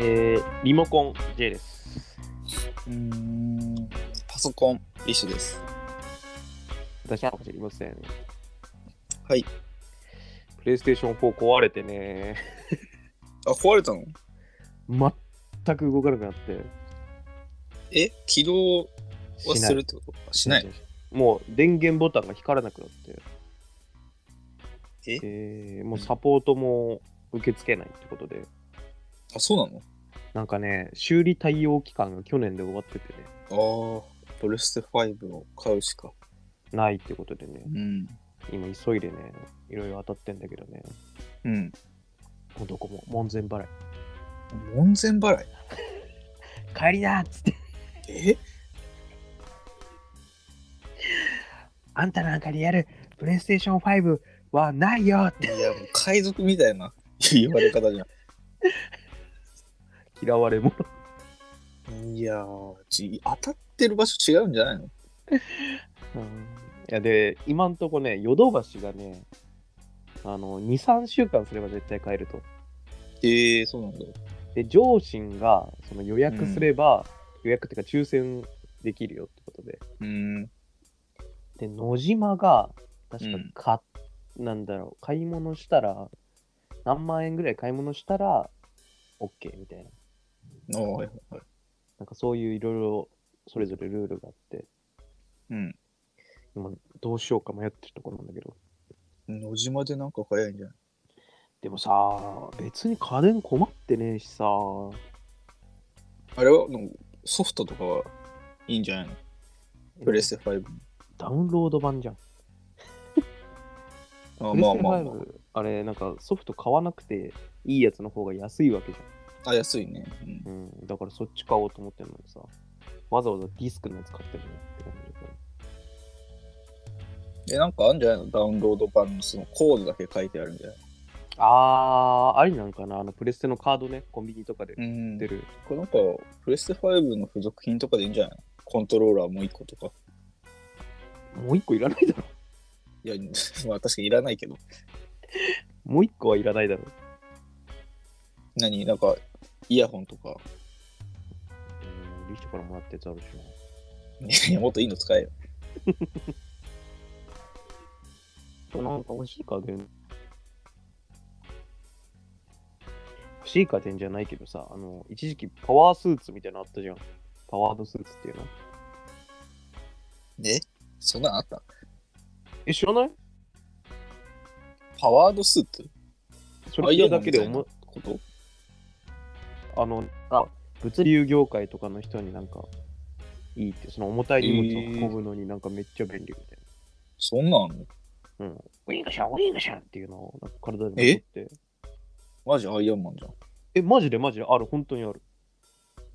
えー、リモコン J です。うーんパソコン一緒です私は知りません。はい。プレイステーション4壊れてね、あ壊れたの全く動かなくなって。え起動はしするってことあしないもう電源ボタンが光らなくなって。ええーもうサポートも受け付けないってことで、あそうななんかね、修理対応期間が去年で終わっててね、のああプレステ5を買うしかないってことでね、うん今急いでね、いろいろ当たってんだけどね、うんもうどこも門前払い。門前払い帰りだっつって、えあんたなんかにやるプレイステーション5はないよって。いやもう海賊みたいな 言われ方じゃ嫌われ者。んいやーち当たってる場所違うんじゃないのいやで、今んとこね、ヨドバシがね、あの、2、3週間すれば絶対買えると。えー、そうなんだで、上信がその予約すれば、予約っていうか抽選できるよってことで。うんで、野島が、確うんか、か、なんだろう、買い物したら、何万円ぐらい買い物したら、OK みたいな。あーはいはいはいなんかそういういろいろ、それぞれルールがあって、うん今どうしようか迷ってるところなんだけど。野島でなんか早いんじゃないでもさ、別に家電困ってねえしさ、あれはなんかソフトとかはいいんじゃないのプレステ5ダウンロード版じゃん。プレステあまあまあ、ま5、あれ、なんかソフト買わなくていいやつの方が安いわけじあ、あ安いね、うんゃん。うん、だからそっち買おうと思ってるのにさ、わざわざディスクのやつ買ってるのって感じだからえなんかあるんじゃないのダウンロード版のそのコードだけ書いてあるんじゃないあー、ありなんかな、あのプレステのカードね、コンビニとかで売うんってでる。これなんかプレステ5の付属品とかでいいんじゃないのコントローラーもう一個とかもう一個いらないだろ。いや まあ確かにいらないけどもう一個はいらないだろ。何なんかイヤホンとか うん、リヒトからもらったやつあるしな。いやもっといいの使えよとなんか欲しい家電欲しい家電じゃないけどさあの一時期パワースーツみたいなのあったじゃんパワードスーツっていうのえそんなんあったえ知らないパワードスーツそれ聞いただけでおもことあのあ物流業界とかの人になんかいいってその重たい荷物を運ぶのになんかめっちゃ便利みたいな、そんなんあんのうんウィンガシャンウィンガシャンっていうのをなんか体で持ってマジアイアンマンじゃんえマジでマジである本当にある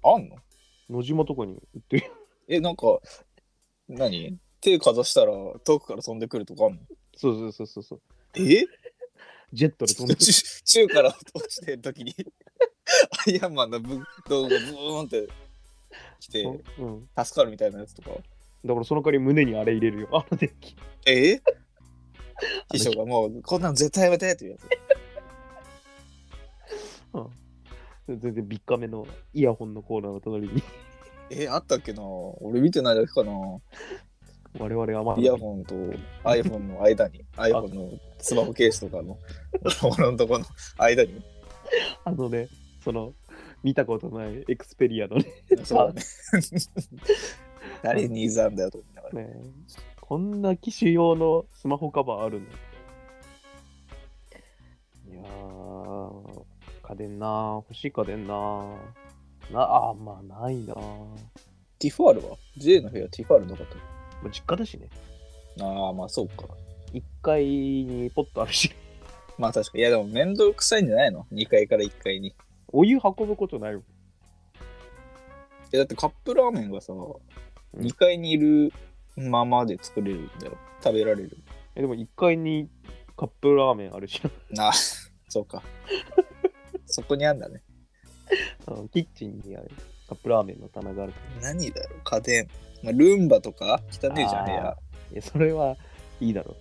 あんの野島とかに売ってるえなんか何手かざしたら遠くから飛んでくるとかあんのそうそうそうそうそうえジェットで飛んでくる宙宙から落ちてる時にアイアンマンのぶ道具がブーンって来てうん助かるみたいなやつとかだからその代わり胸にあれ入れるよ。あのデッキ。ええ師匠がもうこんなん絶対やめてっていうやつ全然3日目のイヤホンのコーナーの隣に えあったっけな俺見てないだけかな我々はまだイヤホンと iPhone の間 に iPhone のスマホケースとかの俺のとこの間にあのね、その見たことないエクスペリアのね、そう ね 誰にいざんだよと思いながらねこんな機種用のスマホカバーあるんだいやー、家電なー、欲しい家電なー。なあー、まあないなー。もティファールは ?J の部屋ティファールなかっう実家だしね。たああまあそうか1階にポットあるし、 まあ確かに。いやでも面倒くさいんじゃないの ?2 階から1階に。お湯運ぶことないもん。え、だってカップラーメンがさ、ん2階にいるままで作れるんだよ。食べられる。えでも1階にカップラーメンあるしな。なあ、 そうか。そこにあんだね。あのキッチンにあるカップラーメンの棚があるから。何だろう家電。まあ、ルンバとか汚ねえじゃん、部あいや、それはいいだろ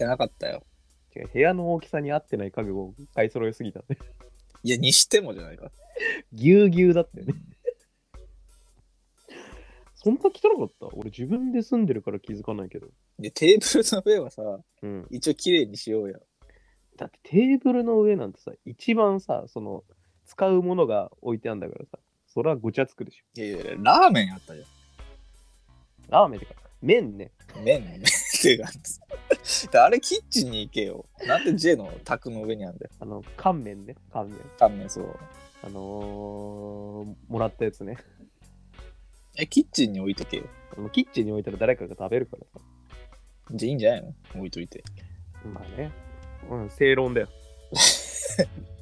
屋。汚かったよ。う。違う、部屋の大きさに合ってない家具を買い揃えすぎたね。 いや、にしてもじゃないか。ぎゅうぎゅうだったよね。 そんな汚かった俺自分で住んでるから気づかないけど。で、テーブルの上はさ、うん。一応綺麗にしようや。だってテーブルの上なんてさ、一番さ、その、使うものが置いてあるんだからさ、そらごちゃつくでしょ。いやいやいや、ラーメンあったじラーメンってか、麺ね。ゃん。麺、麺っていうか。 であれ、キッチンに行けよ。なんで J の卓の上にあんだよ。あの、乾麺ね。乾麺。乾麺そう。あのー、もらったやつね。え、キッチンに置いとけよ。あのキッチンに置いたら誰かが食べるからさ。じゃあいいんじゃないの置いといて。まあね。うん、正論だよ。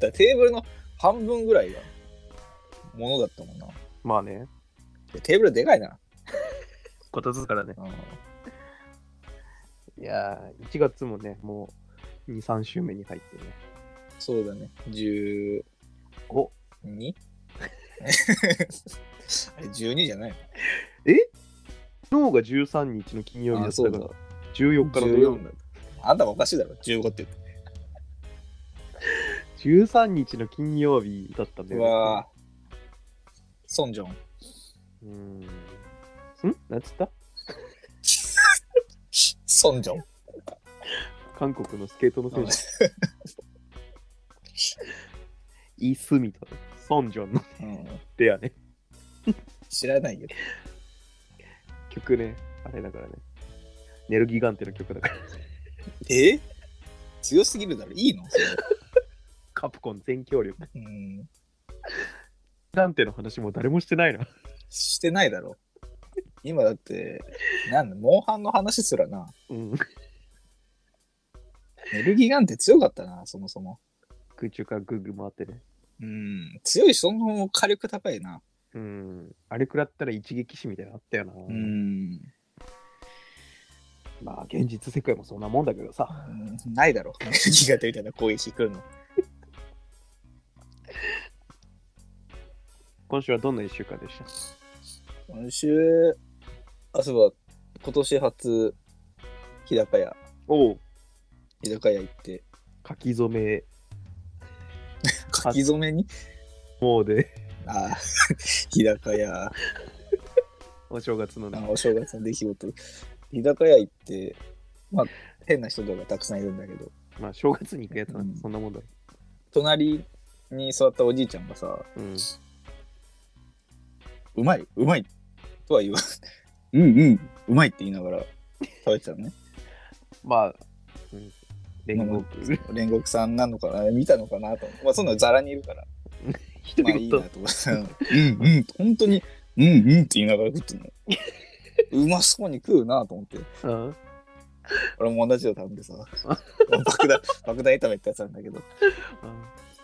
だテーブルの半分ぐらいがものだったもんな。まあね。でテーブルでかいな。ことずつからね。うんいやー、1月もね、もう、2、3週目に入ってね。そうだね。12? お あれ、12じゃない昨日が13日の金曜日だあ、っそうただか。ら、14日の土曜日14だ。あんたもおかしいだろ、15って言っ13日の金曜日だったんて。だうよね。わぁ。ソンジョン。うーん。んなんつったソンジョン。韓国のスケートの選手。イ・スミとソンジョンのうんペアね。知らないよ。曲ね。あれだからね。ネルギガンテの曲だ から。え強すぎるだろ、いいのそれカプコン全協力。うん。ガンテの話も誰もしてないな。してないだろ。今だって、なんだ、モンハンの話すらな。うん。 ネルギガンって強かったな、そもそも。空中からグーグー回ってね。うん。強いし、そもそも火力高いな。うん。あれ食らったら一撃死みたいなのあったよな。うん。まあ、現実世界もそんなもんだけどさ。うんないだろ。ネルギガンみたいな攻撃来るの。今週はどんな1週間でした今週、あ、そういえば、今年初、日高屋、おお。日高屋行って、書き初め、書き初めに、もうで、あ日高屋、お正月のあね。お正月の出来事、日高屋行って、まあ、変な人とかたくさんいるんだけど、まあ、正月に行くやつなんうんてそんなもんだろ。隣に座ったおじいちゃんがさ、うん。うまい、うまいとは言わない。うんうん、うまいって言いながら食べてた のね。まあ、うん、煉獄。煉獄さんなのかな、見たのかなと思って。まあ、そんなのざらにいるから。一まあ 人いいごなとと思って。うんうん、本当に、うんうんって言いながら食ってんの。うまそうに食うなと思って。うん。俺も同じの頼ん でさ。爆弾、爆弾炒めってやつなんだけど。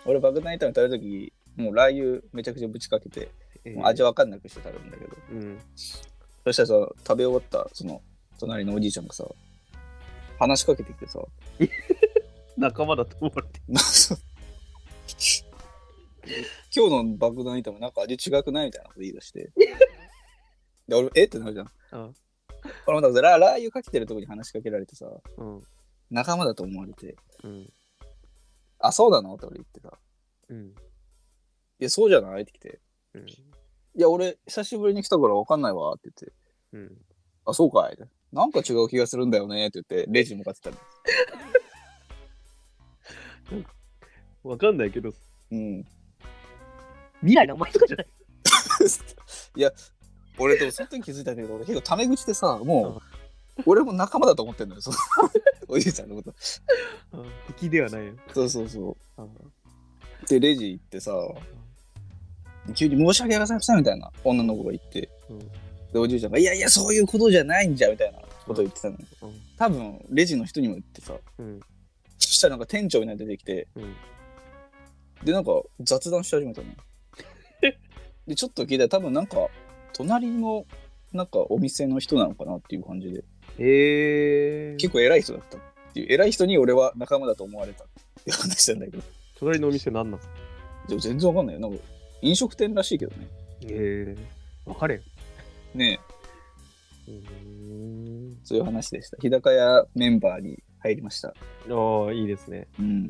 俺爆弾炒め食べるとき、もうラー油めちゃくちゃぶちかけて、うんもう味わかんなくして食べるんだけど。うん。そしたらさ、食べ終わった、その、隣のおじいちゃんがさ、話しかけてきてさ、 仲間だと思われて。まあそう今日の爆弾炒めなんか味違くないみたいなこと言い出して。で俺、えってなるじゃん。うん俺もだからララー油かけてるとこに話しかけられてさ、うん。仲間だと思われて、うん。あ、そうなのって俺言ってさ、うん。いや、そうじゃないって来て、うん。いや、俺、久しぶりに来たから分かんないわって言って、うん。あ、そうかいって。なんか違う気がするんだよねって言って、レジに向かってたの。わかんないけど、うん。未来のお前とかじゃない。いや、俺でもその時気づいたんだけど、俺結構タメ口でさ、もう、俺も仲間だと思ってんのよ、その おじいちゃんのこと。うん敵ではないよ。そうそうそうんう。で、レジ行ってさ、急に申し訳ありませんでしたみたいな女の子が言って、うんで、おじいちゃんが、いやいや、そういうことじゃないんじゃ、みたいなこと言ってたの。うん多分、レジの人にも言ってさ、うん。そしたらなんか店長になって出てきて、うん。で、なんか雑談し始めたの。で、ちょっと聞いたら、多分なんか、隣の、なんかお店の人なのかなっていう感じで。えー結、構偉い人だったっていう偉い人に俺は仲間だと思われたっていう話なんだけど隣のお店なんなのでも全然わかんないよなんか飲食店らしいけどねえー、わかれよ。ねうえーん。そういう話でした日高屋メンバーに入りましたああ、いいですね。うん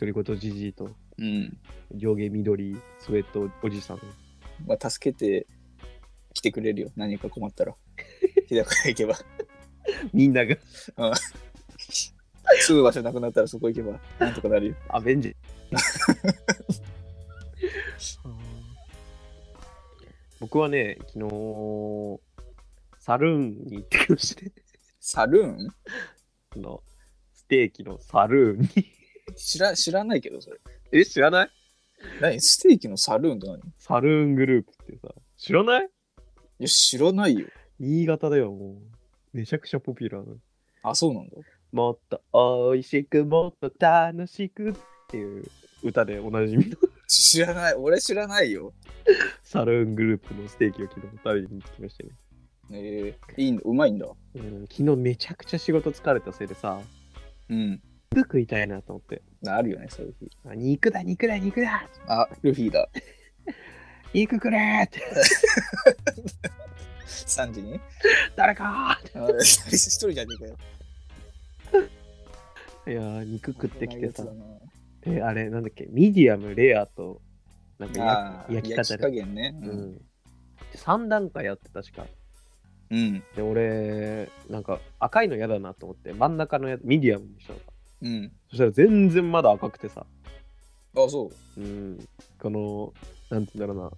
独り言じじいと、うん。上下緑、スウェットおじさん。まあ、助けて来てくれるよ。何か困ったら。日高屋行けば。みんなが 住む場所なくなったらそこ行けば、なんとかなるよ。アベン ジ。僕はね、昨日、サルーンに行ってきまして、サルーンあのステーキのサルーンに。知ら知らないけど、それ。え、知らない何ステーキのサルーンって何いサルーングループってさ、知らないや、知らないよ。新潟だよ、もう。めちゃくちゃポピュラーな。あ、そうなんだ。もっと美味しく、もっと楽しくっていう歌でおなじみの知らない。俺知らないよ。サルーングループのステーキを昨日食べに行ってきましたね。えー、いいんだ。うまいんだ。うん昨日めちゃくちゃ仕事疲れたせいでさ、うん。肉食いたいなと思って。あるよね、そういう日。あ肉だ、肉だ、肉だあ、ルフィだ。肉くれーって、 3時に誰かあ一人じゃねえかよ。ーいやー、肉食ってきてさ危。ないえ、やあれ、なんだっけ、ミディアム、レアと、なんつだなかあ焼ー焼きき焼き方加で。減ね。う。うんん。3段階あって、確か。うん。で、俺、なんか赤いの嫌だなと思って、真ん中のやつ、ミディアムにしたの。うん。そしたら全然まだ赤くてさ、あ、そう。うん、この、なんて言うんだろうな、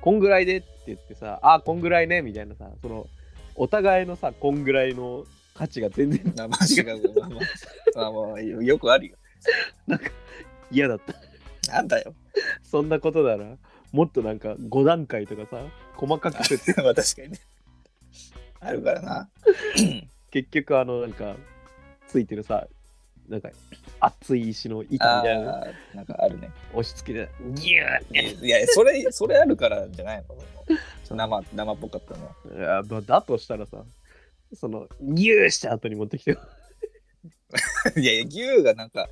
こんぐらいでって言ってさ、あ、こんぐらいね、みたいなさ、その、お互いのさ、こんぐらいの価値が全然まあ、まあ、違う。まあ、まあ、まあまあ、よくあるよ。嫌だった。 なんだよ。 そんなことなら、もっとなんか5段階とかさ、細か くて、まあ、確かにね。あるからな。結局、あの、なんか、ついてるさ、なんか、熱い石の板みあたいなのあ、なんかあるね。押し付けて、ギューっていや、それ、それあるからじゃないの生、生っぽかったのは。 いやまあだとしたらさ、その、ギューした後に持ってきてよ。いやいや、牛がなんか、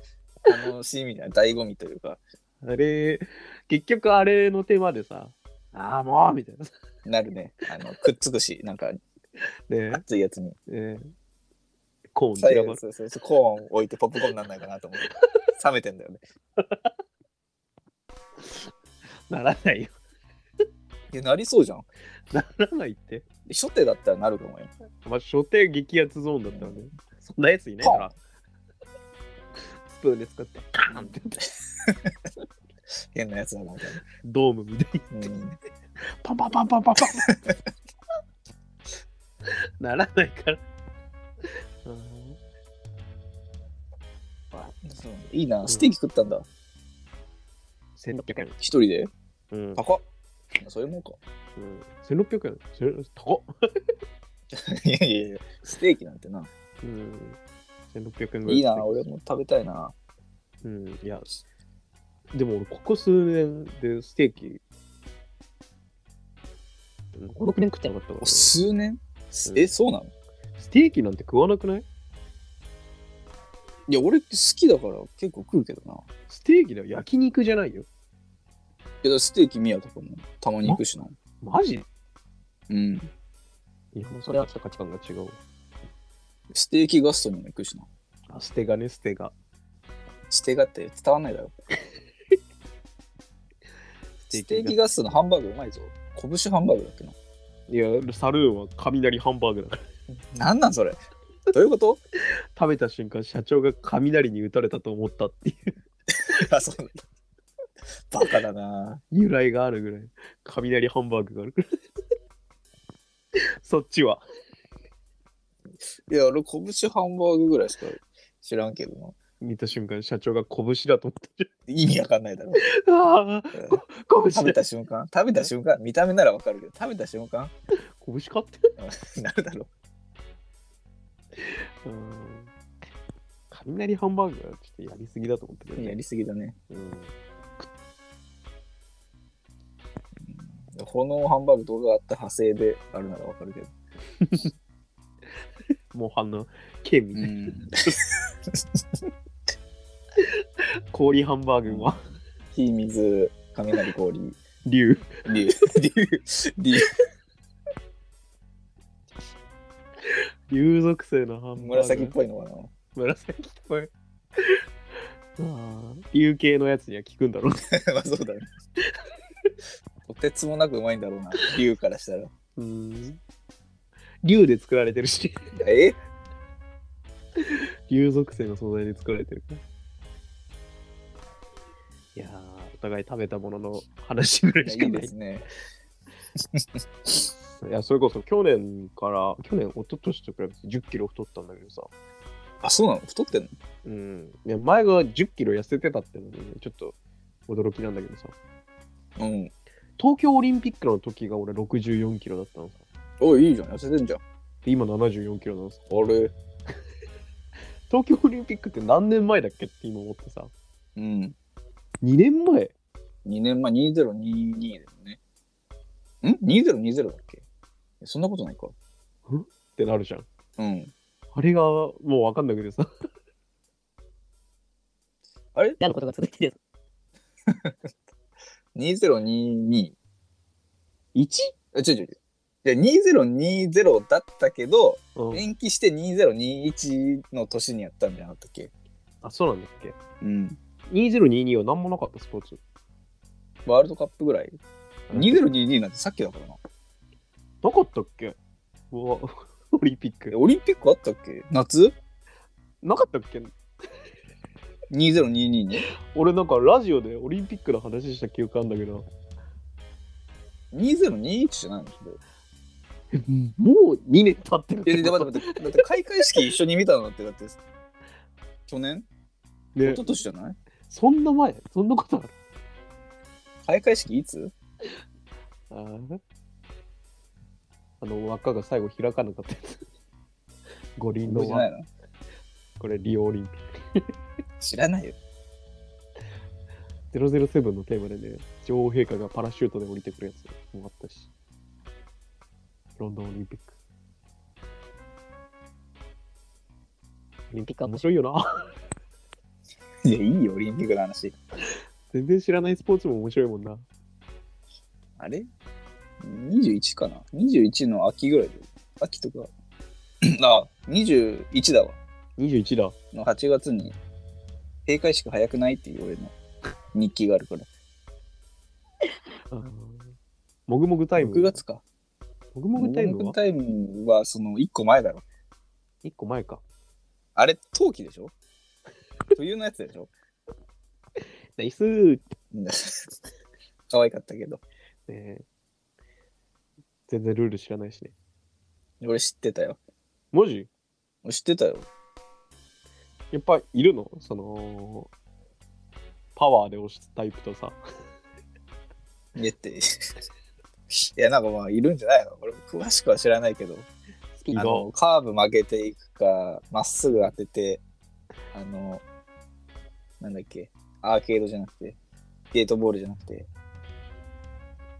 楽しいみたいな、醍醐味というか、あれ、結局あれの手間でさ、ああ、もうみたいなさ。なるね。あの、くっつくし、なんか、で、熱いやつに。えーコーン散最ら後ばる。そうそうそうコーン置いてポップコーンなんないかなと思 って。冷めてんだよね。ならないよ。いや、なりそうじゃん。ならないって。初手だったらなるかもよ。まあ、初手激アツゾーンだったらね。そんなやついないから。スプーンで使って、カーンってやって、変なやつだな、みたいな。ドームみたいに、うん、パンパンパンパンパンパンならないから。うんそういいな、ステーキ食ったんだ。 1600円。一人でうん高っ。それもか。うん、1600円せ高っ、いやいやいや、ステーキなんてな。うん、1600円ぐらいいいな、俺も食べたいな。うんいやでも俺ここ数年でステーキ56年食ってなかったから、ね、ス数年うんえ、そうなのテーキなんて食わなくないいや、俺好きだから結構食うけどな。ステーキだよ焼肉じゃないよけどステーキ宮とかもたまに行くしな。マジうん。いやそれは価値観が違うステーキガストにも行くしな。あ捨てがね捨てがステガって伝わんない だろ。スステーキガストのハンバーグうまいぞ。拳ハンバーグだっけな。いやサルーンは雷ハンバーグだ からなんなんそれどういうこと食べた瞬間社長が雷に打たれたと思ったっていう あ、そうなんだ。バカだな。由来があるぐらい雷ハンバーグがあるぐら いそっちはいや、俺拳ハンバーグぐらいしか知らんけどな。見た瞬間社長が拳だと思って意味わかんないだろ。るああうん食べ拳だた瞬間、食べた瞬間、見た目ならわかるけど、食べた瞬 間、拳かってうんなるだろ。うん雷ハンバーグはちょっとやりすぎだと思ったけどやね、りすぎだね。うん、このハンバーグ動画あった派生であるならわかるけど。もうあの剣みたいな、ん。氷ハンバーグは 火、水、雷、氷、竜竜、竜、竜。竜属性のハンバーグ紫っぽいのかな 紫っぽいうっていう系のやつには聞くんだろうね。 まあそうだね。とてつもなくうまいんだろうな、竜からしたら。うん。竜で作られてるし、え竜属性の素材で作られてるから。いやー、お互い食べたものの話ぐらいしいかいない。いですね。や、それこそ去年から、去年、一昨年と比べて10キロ太ったんだけどさ。あ、そうなの太ってんのうん。いや、前が10キロ痩せてたってのに、ね、ちょっと驚きなんだけどさ。うん。東京オリンピックの時が俺64キロだったのさ。おい、いいじゃん。痩せてんじゃん。で、今74キロなのさ。あれ東京オリンピックって何年前だっけって今思ってさ。うん。 2年前2年前、2022だよね。ん ?2020 だっけそんなことないか。ってなるじゃん。うん。あれがもう分かんなくてさ。 あれ嫌なことが続いてる。 ?2022。 1? あ、違う違う違う。じゃあ2020だったけど、うん、延期して2021の年にやったんじゃなかったっけあ、そうなんだっけうん。 ?2022 は何もなかったスポーツ。ワールドカップぐらい2022なんてさっきだからな。なかったっけうわ、 オリンピッえク。オリンピックあったっけ夏なかったっけ ?2022 に俺なんかラジオでオリンピックの話した記憶あるんだけど。 2021じゃないのそれえもう2年経ってる え、で待って待って、だって開会式一緒に見たのだって、だって、去年ね一昨年じゃないそんな前そんなことある開会式いつあーあの輪っかが最後開かなかったやつ。五輪覚のえてな輪いのこれリオオリンピッ知らないよ。ク。007のテーマでね、女王陛下がパラシュートで降りてくるやつもあったし。ロンドンオリンピック。オリンピック面白いよな。 いや、いいよ、オリンピックの話。全然知らないスポーツも面白いもんな。あれ ?21 かな ?21 の秋ぐらいで。秋とか。 あ、21だわ。 21だ。の8月に、閉会式早くないっていう俺の日記があるから。あーもぐもぐタイム。 6月か。もぐもぐタイムモはグタイムはその1個前だろ。 1個前か。あれ、冬季で しょ冬のやつでしょ ナイスーうん可愛かったけど。ね全然ルール知らないしね。俺知ってたよ。マジ知ってたよ。やっぱいるのその、パワーで押すタイプとさ。家って。 いや、なんかまあ、いるんじゃないの俺も詳しくは知らないけど。スピあーの、ド。カーブ曲げていくか、まっすぐ当てて、あの、なんだっけ、アーケードじゃなくて、ゲートボールじゃなくて、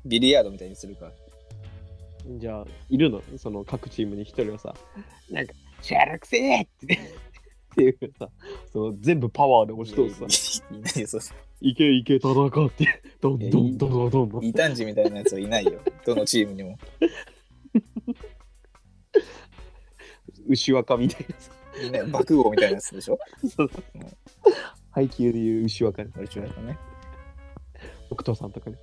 ビリヤードみたいにするか。じゃあ、いるのその各チームに一人はさ、 なんか、シャラクセーって。っていうさ、その全部パワーで押し通すさ、 いないよ、そういけいけ戦って、どんどんどんどんどんどん。異端児みたいなやつはいないよ。 どのチームにも。牛若みたいなさ。みんな爆豪みたいなやつでしょ。配給でいう牛若ね。俺ちょっとね。北斗さんとかね。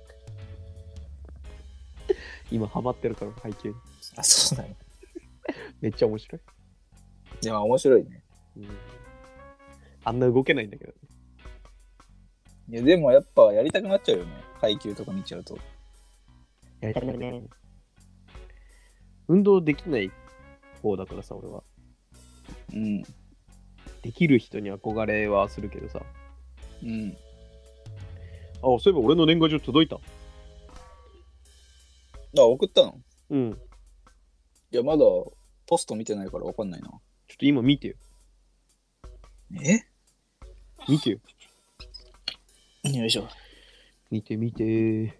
今ハマってるから、配給に。あ、そうなの。いめっちゃ面白い。や、面白いね。うんあんな動けないんだけど。いや、でもやっぱやりたくなっちゃうよね。階級とか見ちゃうと。やりたくなるね運動できない方だからさ、俺は。うん。できる人に憧れはするけどさ。あ、うん。そういえば俺の年賀状届いた。あ、送ったのうん。ちょいや、まだポスト見てないからわかんないな。っと今見てよ。え見てよ。よいしょ。見て見て。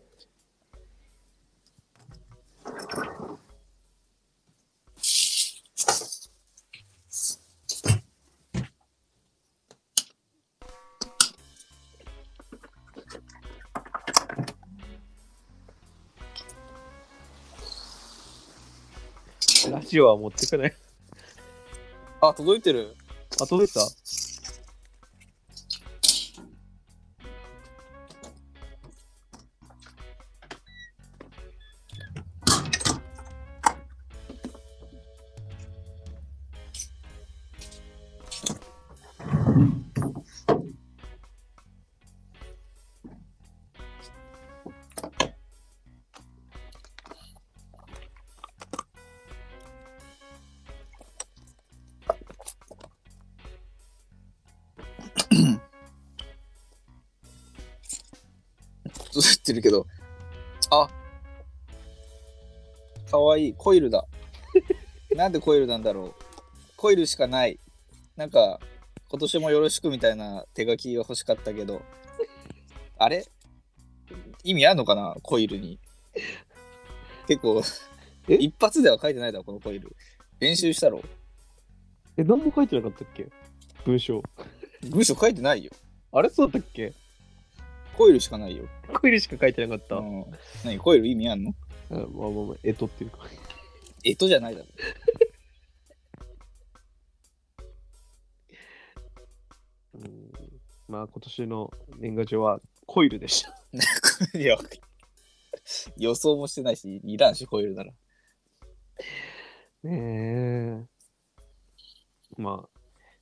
ラジオは持ってくない。あ、届いてる。あ、届いた映ってるけど、あかわいい、コイルだ。 なんでコイルなんだろう。コイルしかない。なんか、今年もよろしくみたいな手書きが欲しかったけど、あれ意味あんのかな、コイルに。結構、え一発では書いてないだろ、このコイル。練習したろ。え、何も書いてなかったっけ文章。文章書いてないよ。あれそうだったっけコイルしかないよ。コイルしか書いてなかった。ううん、まん、何コイル意味あんのあまあまあ、えとっていうか。えとじゃないだろ。うん、まあ、今年の年賀状はコイルでした。いや、予想もしてないし、いらんし、コイルなら。ねえ。まあ、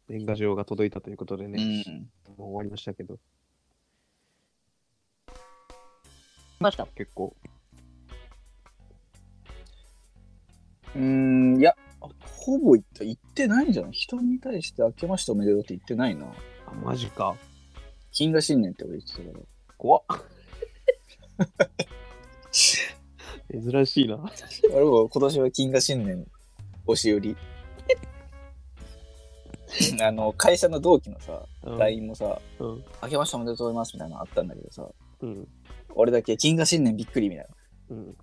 年賀状が届いたということでうね、ん。もう終わりましたけど、ました。結構。うん、いや、ほぼ行った、行ってないんじゃない人に対して明けましておめでとうって言ってないな。あ、マジか。金河新年って俺言ってたから。 怖っ。珍しいな。俺も今年は金河新年、押し売り。 あの、会社の同期のさ、うん。 LINE もさ、うん。明けましておめでとうございますみたいなのあったんだけどさ、うん。俺だけ金河新年びっくりみたいな。うん。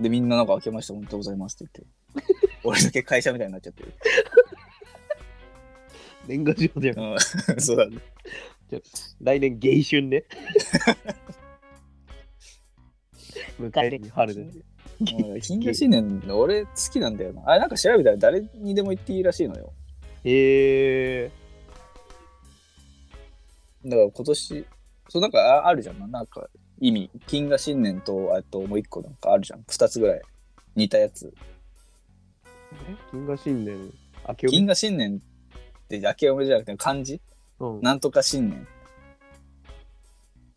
で、みんななんか明けましておめでとうございますって言って。俺だけ会社みたいになっちゃってる。年賀状でうん、 そうだね。来年芸春 ね。迎えに春で。うん金河新年の俺好きなんだよな。あれなんか調べたら誰にでも言っていいらしいのよ。へえだから今年、そうなんかああるじゃんな。なんか意味、金河新年と、あともう一個なんかあるじゃん。二つぐらい似たやつ。え銀河新年。明けおめ金河新年って明けおめじゃなくて漢字うんなんとか新年。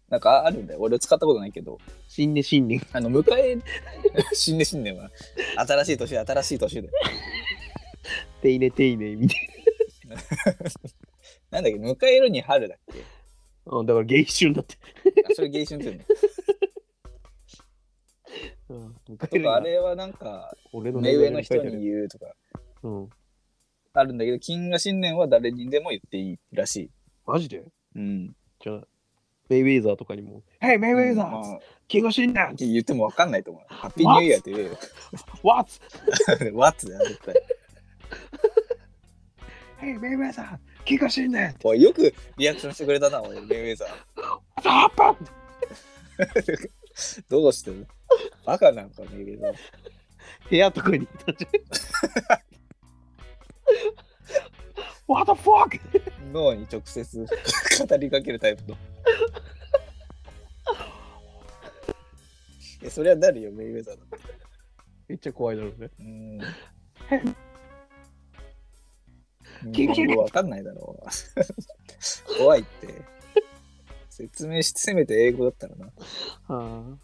なんかああるんだよ。俺使ったことないけど。新年新年。あの、迎え、新年新年は、新しい年、新しい年で。ていねていねみたいなんだっけ、迎えるに春だっけ。な。うん、だから芸春だって。あそれ 芸春って言うの。うん、とか、あ迎えるれはなんか、俺の目上の人年賀状にに書いて言うとか、ある。うん。あるんだけど、金河新年は誰にでも言っていいらしマジでい。うん。じゃあ、メイウェイザーとかにも。ヘイ、メイウェイザまーあ銀河新年言っても分かんないと思う。ハッピーニューイヤーって言えよ !What? ワッツだよ、絶対。ヘイ、メイウェイザー銀河新年おい、よくリアクションしてくれたな、俺、メイウェザザーパンー。どうしてるバカなんか、メイウェザー。部屋とかにいた じゃん。What the fuck? 脳に直接語りかけるタ イプの。いや、そりゃなるよ、メイウェザーだって。めっちゃ怖いだろう ね。うん。キンキンもうわかんないだろう。 怖いって。説明して、せめて英語だったらな。はあ、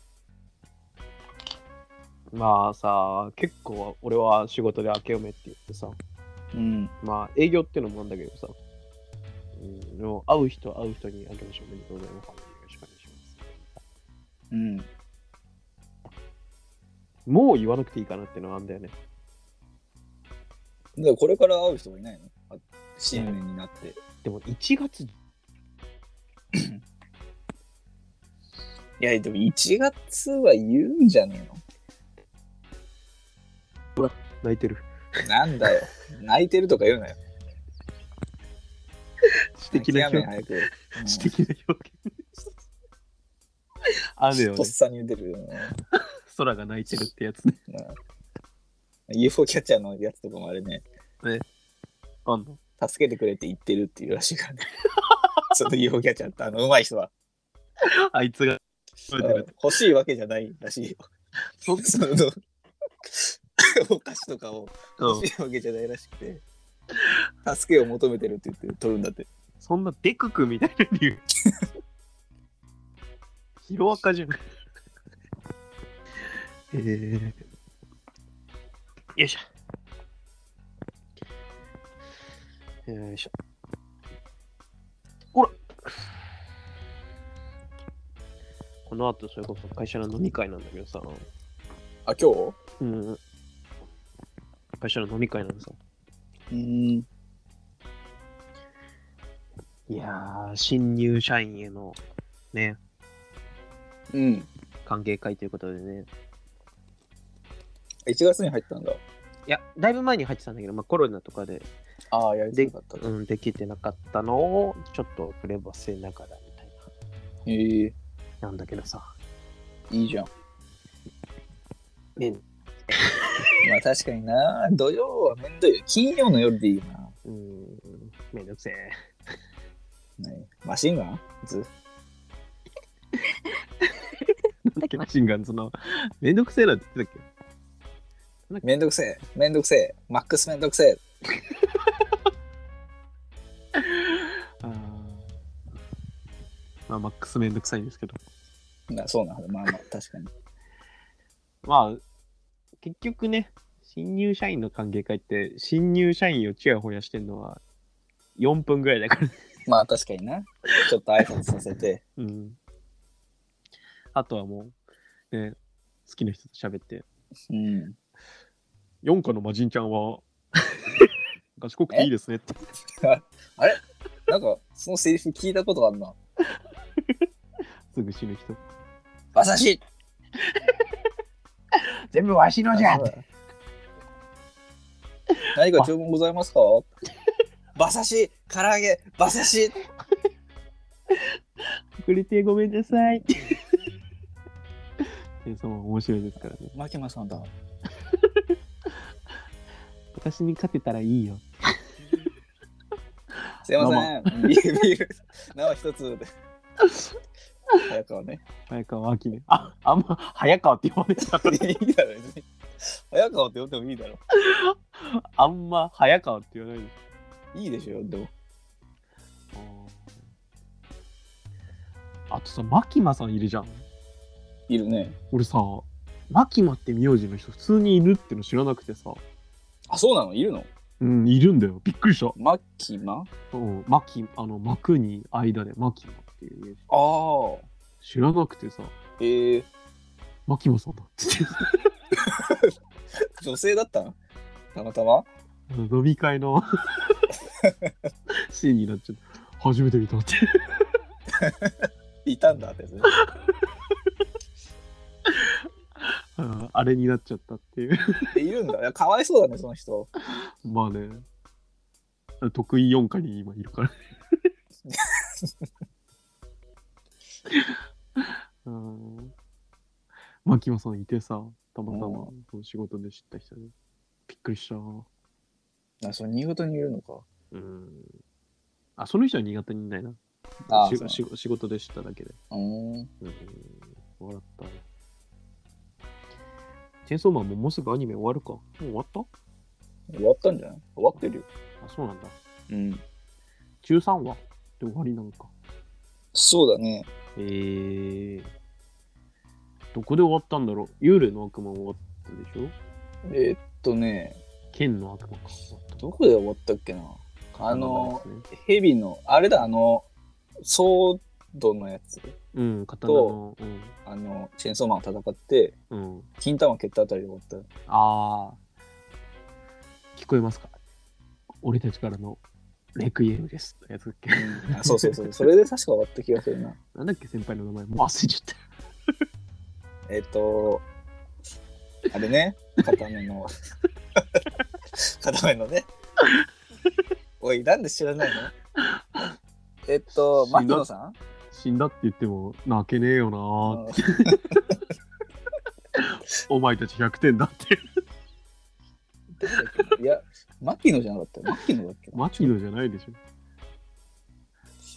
まあさ、結構俺は仕事で明けおめって言ってさ、うん。まあ営業ってのもあんだけどさ、うん、でも会う人会う人に明けましょうおめでとうございます。よろしくお願いします。うん。もう言わなくていいかなってのはあんだよね。でもこれから会う人はいないのあ新年になって。でも1月、いや、でも1月は言うんじゃね泣いてる。えのなんだ よ。泣いてるとか言うなよ。知的な諦め表早く。うん知的な表現。 あるよとっね。さに出るよね。空が泣いてるってやつね。うん UFO キャッチャーのやつとかもあれね、あんの助けてくれって言ってるっていうらしい からね。その UFO キャッチャーって、あの、上手い人は。あいつが食べてる。欲しいわけじゃないらしいよ。そその、お菓子とかをうん欲しいわけじゃないらしくて、助けを求めてるって言って取るんだって。そんなデクくみたいな理由。 ヒロアカじゃん。えー、よいしょ。よいしょ。ほら。この後それこそ会社の飲み会なんだけどさ、あ、今日うん、会社の飲み会なんでさ、うん。いやー、新入社員へのね、うん。歓迎会ということでね、 1月に入ったんだ。いや、だいぶ前に入ってたんだけど、まあ、コロナとかで、ああ、やりづらかったんだ。うん、できてなかったのを、ちょっと遅ればせながらみたいへえ、な、なんだけどさ、いいじゃん。ね、まあ確かにな、土曜はめんどいよ。金曜の夜でいいよな。うん、めんどくせえ。 何マシンガンずなんだっけ、マシンガンズの、めんどくせえなんて言ってたっめんどくせえ、めんどくせえ、マックスめんどくせえ。けあまあ、マックスめんどくさいんですけど。なそうなのまあまあ確かに。まあ、結局ね、新入社員の歓迎会って、新入社員をちやほやしてるのは4分ぐらいだから、ね、まあ確かにな。ちょっと挨拶させて。うん。あとはもう、ね、好きな人と喋って、うん。 4課の魔人ちゃん は、賢くていいですねって。なんかそのセリフ聞いたことあんな。すぐ死ぬ人。馬刺し全部わしのあそうだ 何か注文ございますか馬刺し唐揚げ馬刺し送りてごめんなさい って。えそう面白いですからね。マキマさんだ。私に勝てたらいいよ。すいません。ビールビール生一つで。早川ね。早川明ね。あ、あんま早川って言われちゃった。いいだろ別に早川って呼んでもいいだろ。あんま早川って言わないでいいでしょでも。しょ。あとさ、牧間さんいるじゃん。いるね。俺さ、牧間って名字の人普通にいるっての知らなくてさ。あそうなのいるのうん、いるんだよ。びっくりした。マキマうん、牧、あの、幕に間で牧間っていう名字。ああ。知らなくてさ、ええ牧間さんだって。女性だったのたまたま飲み会のシーンになっちゃった。初めて見たって。いたんだってやつね。うんあれになっちゃったっていう。えいるんだ。いやかわいそうだね、その人。まあね。得意4課に今いるから。うん。牧野さんいてさ、たまたまうその仕事で知った人で。びっくりした。あ、それ新潟にいるのか。うん。あ、その人は新潟にいないな。あしそうし仕事で知っただけで。うーん。うん。笑った。チェーンソーマンももうすぐアニメ終わるか。もう終わった終わったんじゃない終わってるよ。あ、そうなんだ。うん。 13話で終わりなのか。そうだね。えー、どこで終わったんだろう幽霊の悪魔終わったでしょえーっとね、剣の悪魔か。どこで終わったっけなあの、蛇の、あれだ、あの、ソードのやつ。うん、刀の。うん。あの、チェーンソーマンが戦って、うん、金玉蹴ったあたりで終わっあー、聞こえますか俺たちからのレクイエムです。やつだっけた。うんあそうそうそう。それで確か終わった気がするな。なんだっけ先輩の名前もう忘れちゃっえっ、と、あ れね、片目の、片目のね。おい、なんで知らないのえっと、知らん牧野さんた。死んだって言っても泣けねえよなーうんお前たち100点だって。誰だっけないや、牧野じゃなかったよ。牧野だっけなマキノじゃないでし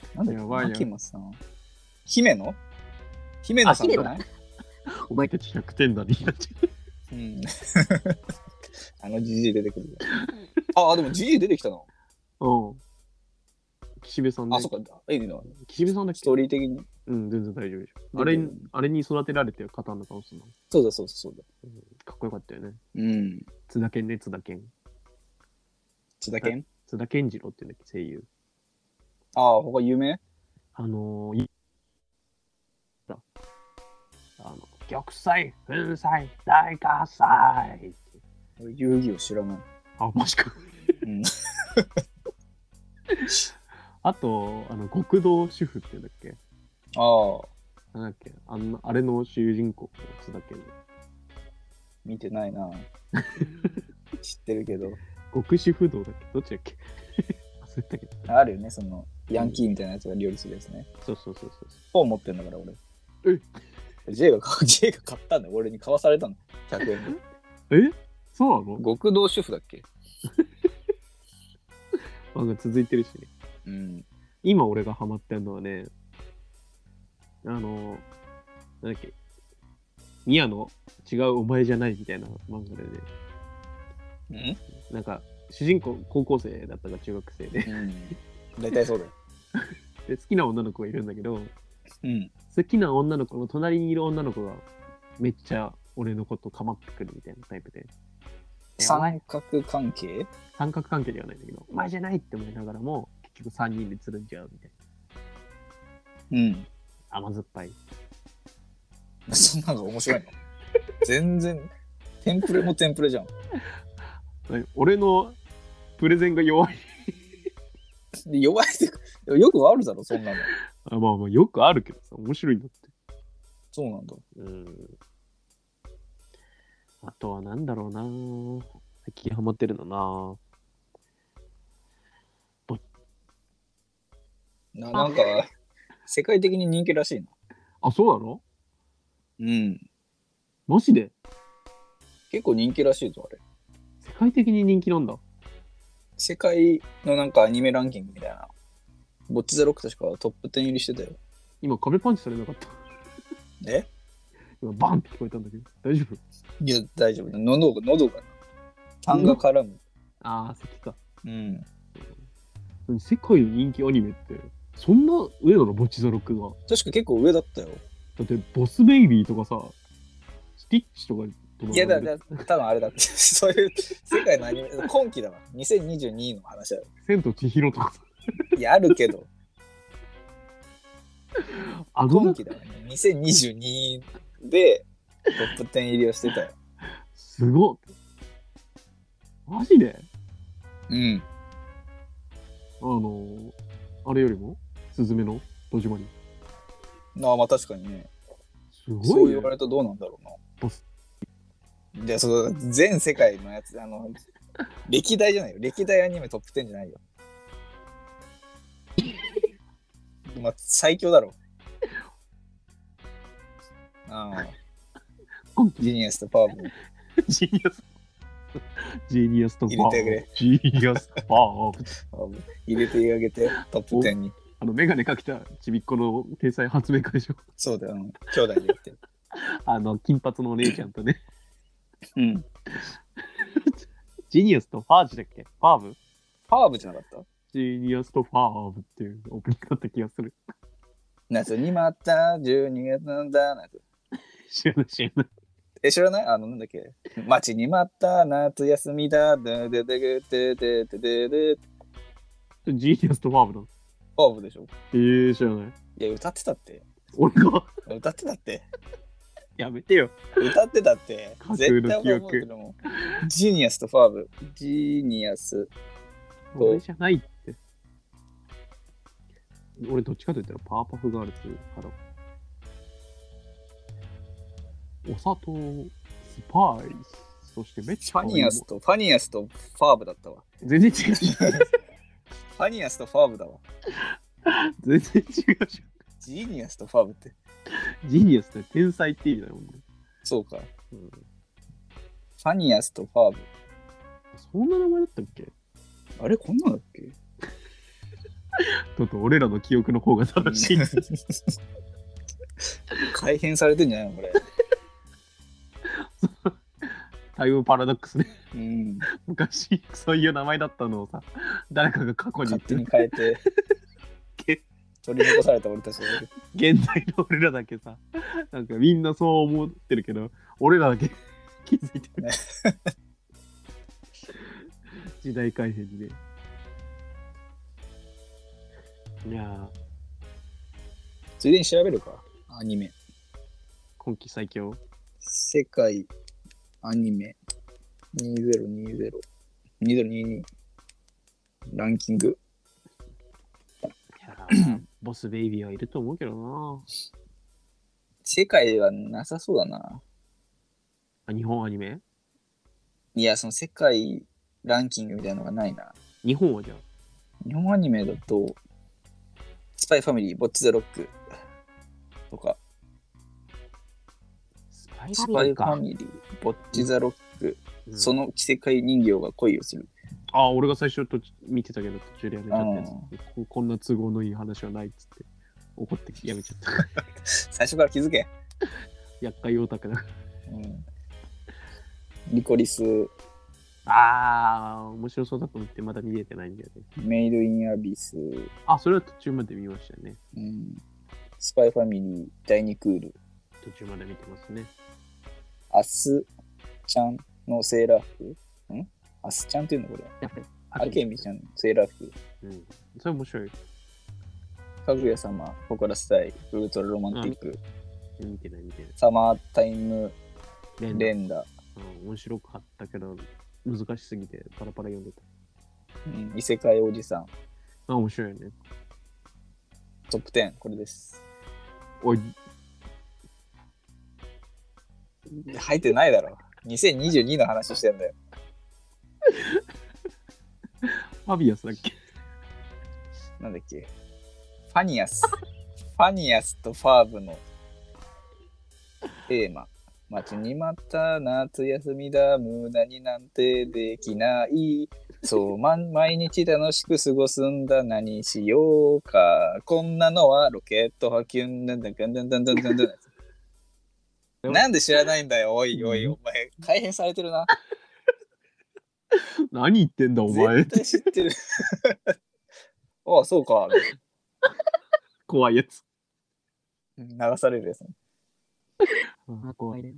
ょ。なんだっやばいけよ牧野さん。姫野姫野さんじゃないお前たち100点だね。うん。 あのじじい出てくる。あ、でもじじい出てきたの。うん。岸辺さんねあ、そっか。え、いいの岸辺さんだっスけトーリー的に。うん、全然大丈夫でしょ。大あ丈夫れに、あれに育てられてる方の倒すの。そうだそうだそうだ。うんかっこよかったよね。うん。津田健ね、津田健。津田健津田健次郎っていうんだっけ、声優。ああ、他有名あのー、い玉砕、粉砕、大火災。俺遊戯を知らない。あ、もしか。うん、あと、あの、極道主婦っていうんだっけああ、なんだっけあんなあれの主人公のやつだっけど、見てない な。知ってるけど。極主婦道だっけどっちだっけ忘れたけど。あるよね、その、ヤンキーみたいなやつが料理するやつね。そうそうそうそう。本持ってんだから、俺。え J が 買 J が買ったんだよ。俺に買わされたの。100円で。えそうなの極道主婦だっけ漫画続いてるしね。うん。今俺がハマってんのはね、あの、なんだっけ、宮野、違うお前じゃないみたいな漫画でね、うんなんか、主人公高校生だったか中学生で、うん。大体そうだよ。で好きな女の子がいるんだけど、うん。好きな女の子の隣にいる女の子がめっちゃ俺のこと構ってくるみたいなタイプで。でお前三角関係三角関係ではないんだけど、お前じゃないって思いながらも、結局3人でつるんじゃうみたい うん。な。甘酸っぱい。そんなのが面白いの全然、テンプレもテンプレじゃん。俺のプレゼンが弱い。で弱いっていうか、でもよくあるだろ、そんなの。あまあまあ、よくあるけどさ、面白いんだって。そうなんだ。うん。あとはなんだろうな最近ハマってるのなななんか、世界的に人気らしいな。あ、そうなのうん。マジで結構人気らしいぞ、あれ。世界的に人気なんだ。世界のなんかアニメランキングみたいな。ボッチザロック確かトップ10入りしてたよ。今壁パンチされなかった。え今バンって聞こえたんだけど、大丈夫いや、大丈夫。喉が、喉が。痰が絡む。ああ、席か。うん。世界の人気アニメって、そんな上なのボチザロックが。確か結構上だったよ。だって、ボスベイビーとかさ、スティッチとかとか。いやだ、だ、 多分あれだって。そういう、世界のアニメ、今期だわ。2022の話だよ。千と千尋とかさ。いや、あるけ ど、あ今の、期だわ、ね。2022でトップ10入りをしてたよ。すごっ。マジでうん。あのー、あれよりも、スズメの戸締まり。まあまあ確かにね。すごそうい、ね言わ。れるとどうなんだろうボなス。で、その全世界のやつ、あの、歴代じゃないよ。歴代アニメトップ10じゃないよ。まあ、最強だろ。ああ、今期ジーニアスとパワーボーイ ジーニアス。ジーニアスとパ入ワれてー。ジーニアスとパワー。パワーボーイ入れてあげて、トップ10に。あの、メガネかけたちびっこの天才発明会でしょそうだよ、うん兄弟でやってる。あの、金髪のお姉ちゃんと ね。うん。ジーニアスとファージだっけファーブパワーブじゃなかったジーニアスとファーブっていうオープニングだった気がする。夏にまた12月なんだ夏。知らない知らない。え、知らないあの、なんだっけ待ちに待った夏休みだ。ででででででででで。ジーニアスとファーブだ。パワーブでしょえー、知らない。いや、歌ってたって。俺が歌ってたって。やめてよ。歌ってたって架。空絶の対覚えてるもん。ジーニアスとファーブ。ジーニアス。そう俺じゃないって。俺どっちかと言ったらパワーパフガールズ派だ。お砂糖、スパイス、そしてめっちフゃァニアスと、ファニアスとファーブだったわ。全然違う。ファニアスとファーブだわ。全然違うじジーニアスとファーブって。ゃん。ジーニアスって天才って意味だよ、ねそうか。うん。ファニアスとファーブ。そんな名前だったっけあれ、こんなんだっけちょっと俺らの記憶の方が正しい。改変されてんじゃないのこれ。タイムパラドックスね。うん。昔、そういう名前だったのをさ、誰かが過去に言っ勝て手に変えてけ、取り残された俺たちがいる。現代の俺らだけさ、なんかみんなそう思ってるけど、俺らだけ 気づいてるね。時代改変で。いやー、ついでに調べるか、アニメ。今季最強。世界アニメ2020。2022ランキング。いや ーボスベイビーはいると思うけどな。世界はなさそうだな。あ日本アニメいや、その世界ランキングみたいなのがないな。日本はじゃあ。日本アニメだと、スパイファミリー、ボッチ・ザ・ロックとか、スパイスフパァミイリーファか。ミリー、ボッチ・ザ・ロック、うんその着せ替え人形が恋をする。あ、俺が最初と見てたけど、途中でやめちゃったやつうんこ。こんな都合のいい話はないっつって、怒ってやめちゃ った。最初から気づけ。厄介オタクだ。うん、リコリス、ああ、面白そうだと思って、まだ見れてないんだよね。メイド・イン・アビス、あ、それは途中まで見ましたね。うん、スパイファミリー、第2クール、途中まで見てますね。アスちゃんのセーラー服んアスちゃんっていうのこれ。アケミちゃんのセーラー服。うん。それ面白い。かぐや様、誇らせたい、ウルトラロマンティック、見てない見てない。サマータイム、連打連打、うん、面白かったけど、難しすぎてパラパラ読んでた。うん、異世界おじさん、あ、面白いよね。トップ10、これです。おい、入ってないだろ。2022の話してんだよ。ファビアスだっけ なんだっけ。ファニアス。ファニアスとファーブのテーマ。待ちに待った夏休みだ、無駄になんてできない。そう、ま、毎日楽しく過ごすんだ、何しようか。こんなのはロケット波及んだんだんだんだんだんだんだんだん。なんで知らないんだよ、おいおい、お前、改変されてるな。何言ってんだお前絶。対知ってる。 ああ、そうか。怖いやつ。流されるやつね。うんあ、怖怖いいね。